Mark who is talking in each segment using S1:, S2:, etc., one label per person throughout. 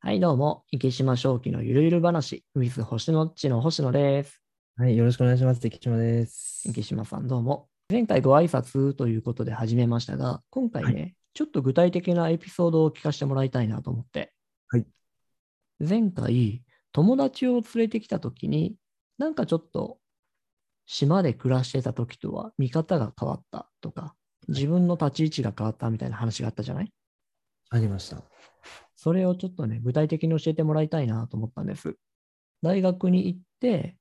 S1: はい、どうも、池島正輝のゆるゆる話、with 星のっちの星野です。
S2: はい、よろしくお願いします。出来島です。
S1: 池島さん、どうも。前回ご挨拶ということで始めましたが、今回ね、ちょっと具体的なエピソードを聞かせてもらいたいなと思って。
S2: はい。
S1: 前回、友達を連れてきたときに、なんかちょっと、島で暮らしてた時とは見方が変わったとか、自分の立ち位置が変わったみたいな話があったじゃない
S2: ありました。
S1: それをちょっとね、具体的に教えてもらいたいなと思ったんです。大学に行って、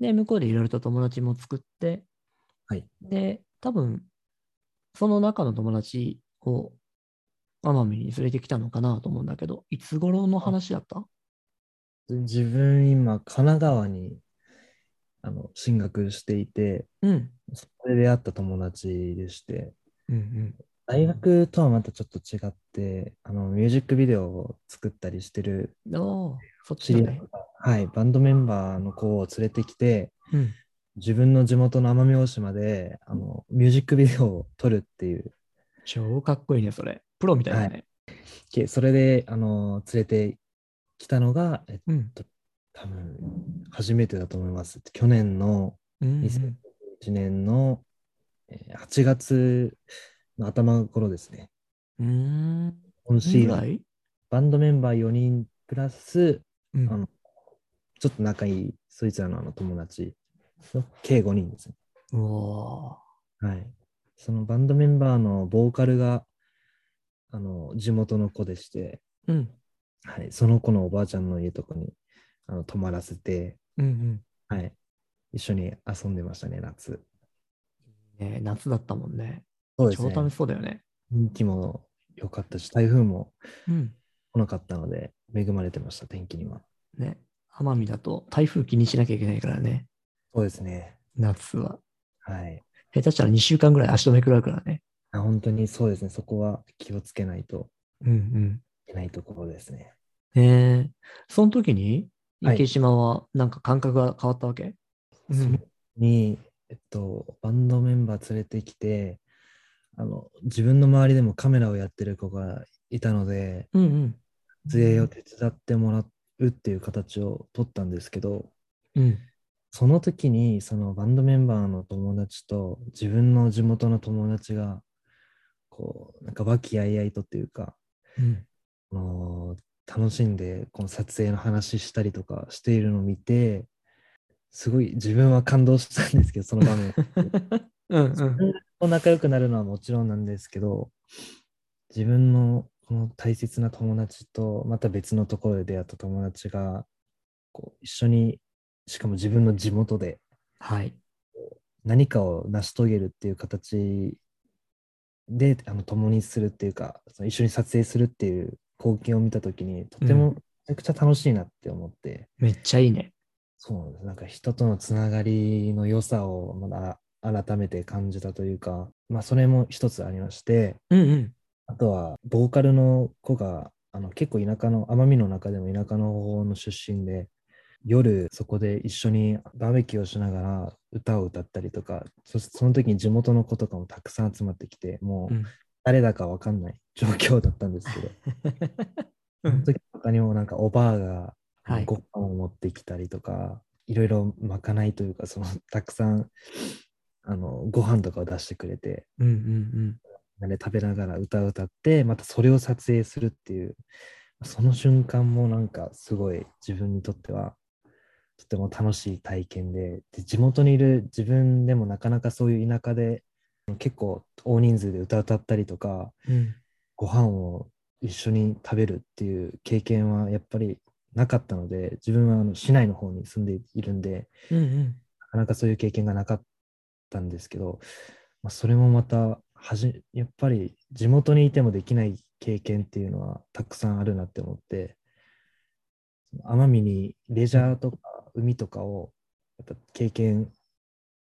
S1: で、向こうでいろいろと友達も作って、
S2: はい
S1: で、多分、その中の友達を奄美に連れてきたのかなと思うんだけど、いつ頃の話だった
S2: 自分、今、神奈川にあの進学していて、
S1: うん。
S2: そこで出会った友達でして、
S1: うんうん。
S2: 大学とはまたちょっと違って、あのミュージックビデオを作ったりしてる
S1: おーそっ
S2: 知
S1: ちだ
S2: り合い
S1: ね。
S2: が、はい、バンドメンバーの子を連れてきて、
S1: うん。
S2: 自分の地元の奄美大島であのミュージックビデオを撮るっていう、
S1: 超かっこいいね、それ。プロみたいだね。
S2: けそれであの連れてきたのが、えっと
S1: うん。
S2: 多分初めてだと思います。去年の
S1: うんうん
S2: 2021年のえー8月の頭頃ですね。
S1: うーん。
S2: 今シ
S1: ぐ
S2: ー
S1: ら
S2: ズン
S1: い
S2: バンドメンバー4人プラス、
S1: うん
S2: あのちょっと仲いいそいつらのあの友達の計5人ですね。
S1: うお
S2: はい。そのバンドメンバーのボーカルがあの地元の子でして、
S1: ーうん。
S2: はい、その子のおばあちゃんの家とかにあの泊まらせて、
S1: うんうん。
S2: はい、一緒に遊んでましたね、夏。
S1: ね、夏だったもんね。
S2: そう
S1: 超楽しそうだよね。
S2: 天気も良かったし、台風も
S1: うん。
S2: 来なかったので、恵まれてました、天気には。
S1: ね。奄美だと台風気にしなきゃいけないからね。
S2: そうですね。
S1: 夏は。
S2: はい。
S1: 下手したら2週間ぐらい足止め食らうからね。
S2: あ本当にそうですね、そこは気をつけないと
S1: うん
S2: いけないところですね。
S1: うん。えー、その時に
S2: はい
S1: 池島はなんか感覚が変わったわけ、う
S2: そ
S1: ん
S2: こに、えっと、バンドメンバー連れてきて、あの、自分の周りでもカメラをやってる子がいたので、
S1: うんうん。
S2: 撮影を手伝ってもらうっていう形を取ったんですけど、
S1: うん。
S2: その時にそのバンドメンバーの友達と自分の地元の友達がこうなんか和気あいあいとっていうか、
S1: うん。
S2: あのー楽しんでこの撮影の話したりとかしているのを見てすごい自分は感動したんですけどその場面
S1: うん
S2: 自分と仲良くなるのはもちろんなんですけど自分のこの大切な友達とまた別のところで出会った友達がこう一緒にしかも自分の地元で
S1: はい。
S2: 何かを成し遂げるっていう形であの共にするっていうかその一緒に撮影するっていう光景を見た時にとて
S1: うん
S2: もめちゃくちゃ楽しいなって思って、
S1: めっちゃいいね。
S2: そうなんですなんか人とのつながりの良さをまだ改めて感じたというか、まあ、それも一つありまして
S1: うんうん。
S2: あとはボーカルの子があの結構田舎の奄美の中でも田舎の方の出身で夜そこで一緒にバーベキューをしながら歌を歌ったりとかそその時に地元の子とかもたくさん集まってきてもう
S1: うん
S2: 誰だか分かんない 状況だったんですけど、
S1: う
S2: その時他にもなんかおばあが
S1: はい
S2: ご飯を持ってきたりとかいろいろまかないというかそのたくさんあのご飯とかを出してくれて
S1: うんうん
S2: あれ食べながら歌を歌ってまたそれを撮影するっていうその瞬間もなんかすごい自分にとってはとても楽しい体験でで地元にいる自分でもなかなかそういう田舎で結構大人数で歌歌ったりとか
S1: うん。うん
S2: ご飯を一緒に食べるっていう経験はやっぱりなかったので自分はあの市内の方に住んでいるんで
S1: うんうん。
S2: なかなかそういう経験がなかったんですけど、まあ、それもまたはじ、やっぱり地元にいてもできない経験っていうのはたくさんあるなって思って、奄美にレジャーとか海とかをやっぱ経験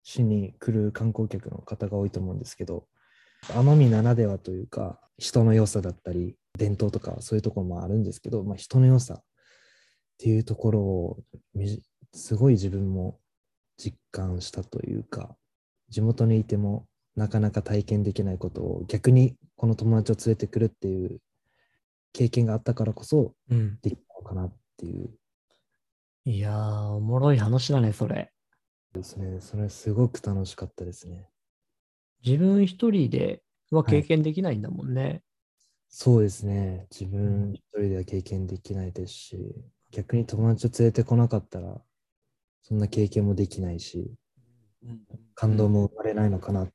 S2: しに来る観光客の方が多いと思うんですけど、奄美ならではというか、人の良さだったり、伝統とかそういうところもあるんですけど、まあ、人の良さっていうところをみじすごい自分も実感したというか地元にいてもなかなか体験できないことを逆にこの友達を連れてくるっていう経験があったからこそ
S1: うん。
S2: できたかなっていう
S1: いやー、おもろい話だね、それ。
S2: ですね。それすごく楽しかったですね。
S1: 自分一人では
S2: は
S1: 経
S2: い
S1: 験できないんだもんね。
S2: そうですね。自
S1: うん
S2: 分一人では経験できないですし、逆に友達を連れてこなかったら、そんな経験もできないし、感動も生まれないのかなっ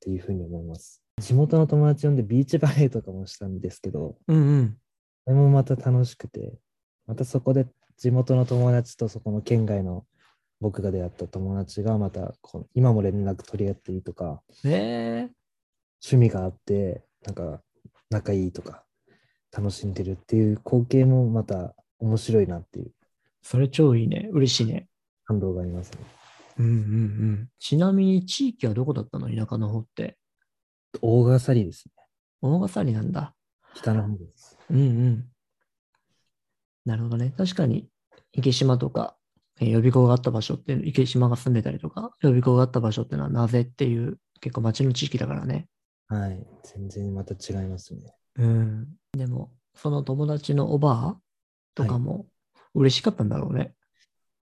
S2: ていうふうに思います。地元の友達呼んでビーチバレーとかもしたんですけど、
S1: うんうん。
S2: それもまた楽しくて、またそこで地元の友達とそこの県外の僕が出会った友達がまたこう今も連絡取り合っていいとか、
S1: ねえ。
S2: 趣味があって、なんか仲いいとか、楽しんでるっていう光景もまた面白いなっていう
S1: それ超いいね。嬉しいね。
S2: 感動がありますね。
S1: うんうんうん。ちなみに地域はどこだったの田舎の方って。
S2: 大賀サリですね。
S1: 大笠になんだ。
S2: 北の方です。
S1: うんうん。なるほどね。確かに、池島とか、えー予備校があった場所っていう、池島が住んでたりとか、予備校があった場所っていうのはなぜっていう、結構町の地域だからね。
S2: はい。全然また違いますね。
S1: うん。でも、その友達のおばあとかも嬉しかったんだろうね。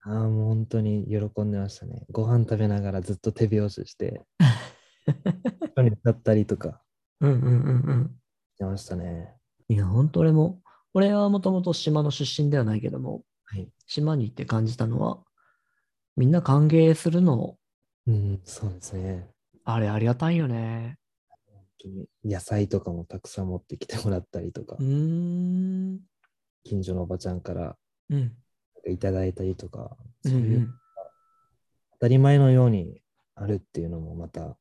S2: ああ、もう本当に喜んでましたね。ご飯食べながらずっと手拍子して、一緒に歌ったりとか
S1: うんうんうんうん。
S2: してましたね。
S1: いや、本当俺も、俺はもともと島の出身ではないけども、
S2: はい。
S1: 島に行って感じたのは、みんな歓迎するの、
S2: うん、そうですね。
S1: あれありがたいよね。
S2: 本当に野菜とかもたくさん持ってきてもらったりとか
S1: う、ーん。
S2: 近所のおばちゃんから
S1: うん。
S2: いただいたりとか、
S1: う
S2: そ
S1: んう
S2: ういうん当たり前のようにあるっていうのもまた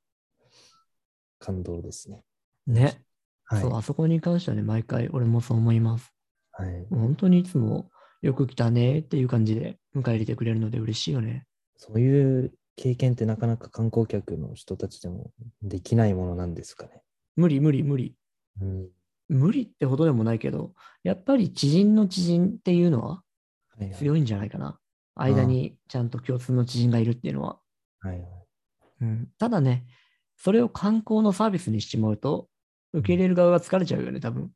S2: 感動ですね。
S1: ね、
S2: はい。
S1: そう、あそこに関してはね、毎回俺もそう思います。
S2: はい、
S1: 本当にいつもよく来たねっていう感じで迎え入れてくれるので嬉しいよね。
S2: そういう経験ってなかなか観光客の人たちでもできないものなんですかね。
S1: 無理無理無理。
S2: うん。
S1: 無理ってほどでもないけど、やっぱり知人の知人っていうのは
S2: はいはい、
S1: 強いんじゃないかな。間にちゃんと共通の知人がいるっていうのは。
S2: はいはい
S1: うん、ただね、それを観光のサービスにしちまうと、受け入れる側が疲れちゃうよね、多分。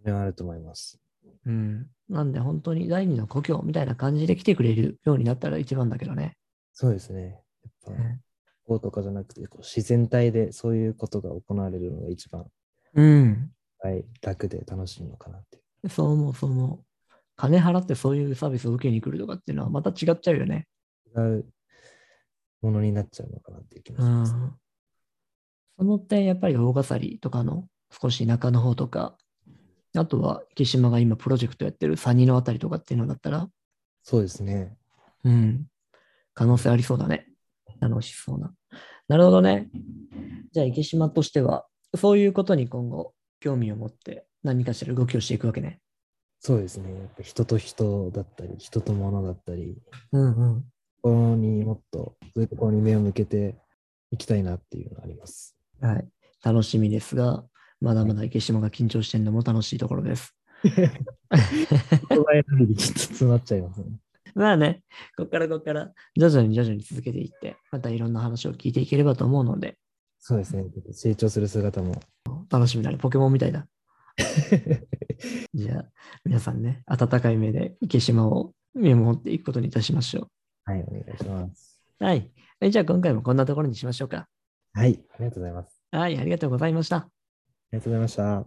S2: それはあると思います。
S1: うん。なんで本当に第二の故郷みたいな感じで来てくれるようになったら一番だけどね。
S2: そうですね。やっぱ、こうとかじゃなくて、こう自然体でそういうことが行われるのが一番、
S1: うん。
S2: はい、楽で楽しいのかなっていう。
S1: そう思う、そう思う。金払ってそういうサービスを受けに来るとかっていうのはまた違っちゃうよね。
S2: 違うものになっちゃうのかなっていう気も
S1: うん
S2: します。。
S1: その点、やっぱり大笠りとかの少し田舎の方とか、あとは池島が今プロジェクトやってるサニのあたりとかっていうのだったら、
S2: そうですね。
S1: うん。可能性ありそうだね。楽しそうな。なるほどね。じゃあ池島としては、そういうことに今後興味を持って何かしら動きをしていくわけね。
S2: そうですね。やっぱ人と人だったり、人と物だったり、
S1: うんうん。
S2: ここにもっと、そういうところに目を向けていきたいなっていうのはあります。
S1: はい、楽しみですが、まだまだ池島が緊張してるのも楽しいところです。
S2: 言葉選びでちょっと詰まっちゃいますね。
S1: まあね、こっからこっから徐々に徐々に続けていって、またいろんな話を聞いていければと思うので、
S2: そうですね。ちょっと成長する姿も。
S1: 楽しみだね。ポケモンみたいだ。じゃあ、皆さんね、温かい目で池島を見守っていくことにいたしましょ
S2: はい、お願いします。
S1: う。はい。えじゃあ、今回もこんなところにしましょうか。
S2: はい、ありがとうございます。
S1: はい、ありがとうございました。
S2: ありがとうございました。